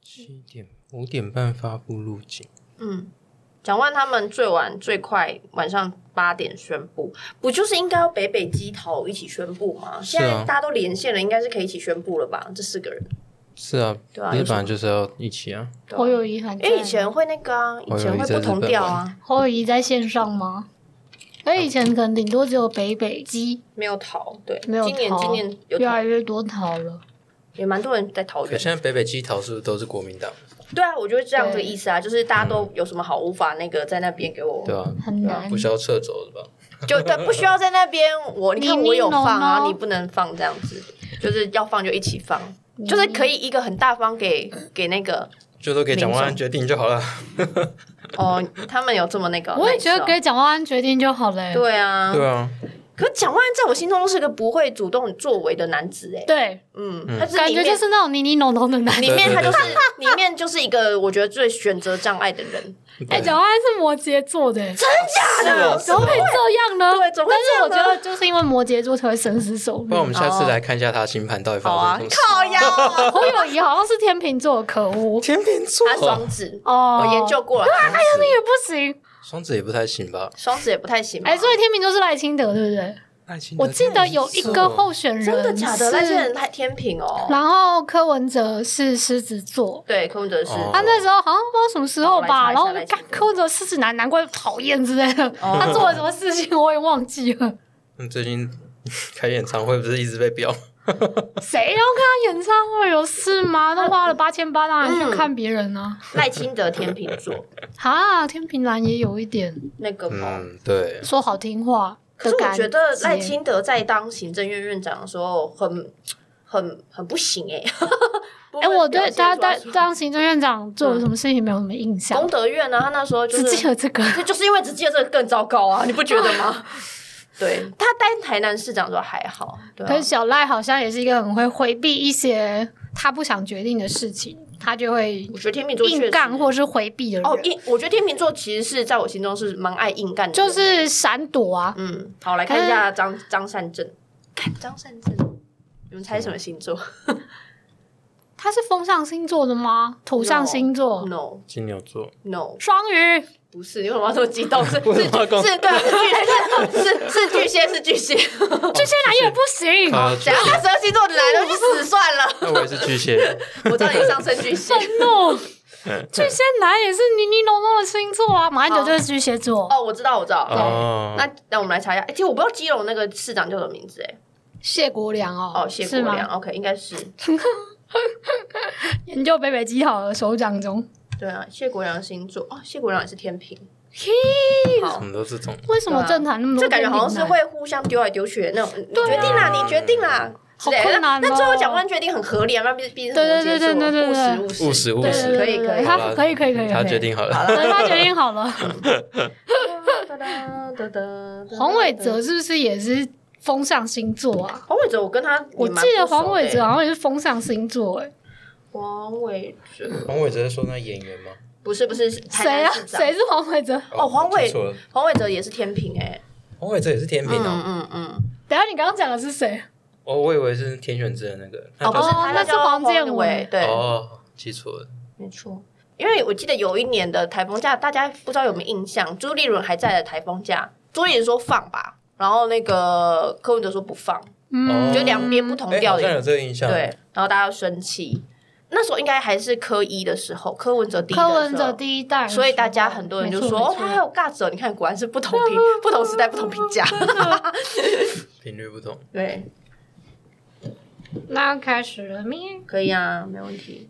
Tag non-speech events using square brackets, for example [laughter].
七点五点半发布入境，嗯，蒋万他们最晚最快晚上八点宣布，不就是应该要北北基桃一起宣布吗？是现啊在大家都连线了，应该是可以一起宣布了吧？这四个人，是啊，对啊日本就是要一起啊，对啊侯友谊还在因为以前会那个啊，哦以前会不同调啊，侯友谊在线上吗？哎，以前可能顶多只有北北基，没有逃，对，没有今年逃啊今年有越逃来越多逃了。也蛮多人在桃可园，现在北北基桃是不是都是国民党？对啊，我觉得这样子的对意思啊，就是大家都有什么好无法那个在那边给我对，啊，很难不，需要撤走是吧？就对，不需要在那边我你看你我有放你弄啊，咯你不能放这样子，就是要放就一起放，就是嗯可以一个很大方给给那个就都给蒋万安民决定就好了。哦，他们有这么那个，我也觉得跟给蒋万安决定就好了、欸。对啊，对啊，可蒋万安在我心中是个不会主动作为的男子哎，对，嗯，他是感里觉面就是那种泥泥浓浓的男里人。对面对他就是对里面就是一个我觉得最选择障碍的人，啊哎，蒋万安是摩羯座的、欸，真假的？怎么会这样呢？对怎么会但是我这觉样呢哦得就是因为摩羯座才会深思熟不然我虑。们下次来看一下他星盘到底好发啊生，什么事。靠腰啊，侯友谊好像是天秤座，可恶天秤座他双子，哦，我研究过了，也不行。双子也不太行吧？双子也不太行吧，哎，所以天秤座是赖清德，对不对？爱情我记得有一个候选人，真的假的？那些人是，太天平哦，然后柯文哲是狮子座。对，柯文哲是，哦他那时候好像不知道什么时候哦吧，来查一下然后我来就查一干下柯文哲狮子男，难怪讨厌之类的。哦他做了什么事情我也忘记 [laughs] 了。嗯最近 [laughs] 开演唱会不是一直被标？谁要看他演唱会有事吗？都花了八千八，当然去看别人啊。赖清德天秤座哈，天平男也有一点那个吗？嗯，对，说好听话可的是我感觉得觉赖清德在当行政院院长的时候很。很很不行哎、欸， [laughs] 哎、我对在他当当行政院长做了什么事情没有什么印象，功德院呢、啊他那时候就只记是，得这个。这嗯就是因为只记得这个更糟糕啊，你不觉得吗？ [laughs] [laughs] 对他当台南市长的时候还好，对、可啊是，小赖好像也是一个很会回避一些他不想决定的事情，他就会我觉得天秤座确实硬干或是回避的人，哦硬，我觉得天秤座其实是在我心中是蛮爱硬干的，就是呃闪躲啊。嗯，好，来看一下张张善政，看张善政，你们猜什么星座他是风象星座的吗？土象星座， ？No 金牛座 No，双鱼。不是，你为什么要这么激动？是是为什么要跟我是，对，是巨是是巨蟹，是巨蟹。巨蟹男也不行，哦啊，怎样？他十二星座你来了就死算了。那我也是巨 [laughs] 蟹，我知道你上升巨蟹。愤怒。巨蟹男也是泥泥浓浓的星座啊，马英九就是巨蟹座，哦，我知道，我知道。哦，那那我们来查一下，哎，其实我不知道基隆那个市长叫什么名字，哎，谢国良哦，哦，谢是国吗良，OK，应该是，研究北北基好的首长中，对啊，谢国良星座，哦，谢国良也是天平，嘿，好我，们都是这种为什么政坛那么多、就感觉好像是，会互相丢来丢去的那种。你对啊决定啦，你决定啦。好之类的困难哦那那最后蒋万决定很合理啊，那毕毕竟是对摩羯对对座对对对对务实务务实实务对实对可以对可对，以。好他啦可以可以可以，他决定好了，可以，对他决定好了。嗯 [laughs] 黄伟哲，是不是也是风象星座啊？黄伟哲，我跟他我记得黄伟哲，好像也是风象星座、欸，欸黄伟哲黄伟哲说那演员吗？不是不是谁啊？谁？是黄伟哲？哦黄伟记错了，黄伟哲也是天平哎，黄伟哲也是天平哦，嗯嗯，等一下你刚刚讲的是谁？哦，我以为是天选之人那个，哦不是，他那是叫黄建伟伟对，哦，记错了，没错。因为我记得有一年的台风假，大家不知道有没有印象，朱立伦还在的台风假，朱立伦说放吧，然后那个柯文哲说不放，哦嗯就两边不同哎，调好的、像有这个印象，嗯对，，然后大家就生气。那时候应该还是科一的时候，柯文哲第一的时柯候文哲第一代的时候，所以大家很多人就啊没说错哦没，错他还有尬者，你看果然是不同 [laughs] 评、不同时代、不同评价。啊频率不同， [laughs] 对，那开始了咩？可以啊，没问题。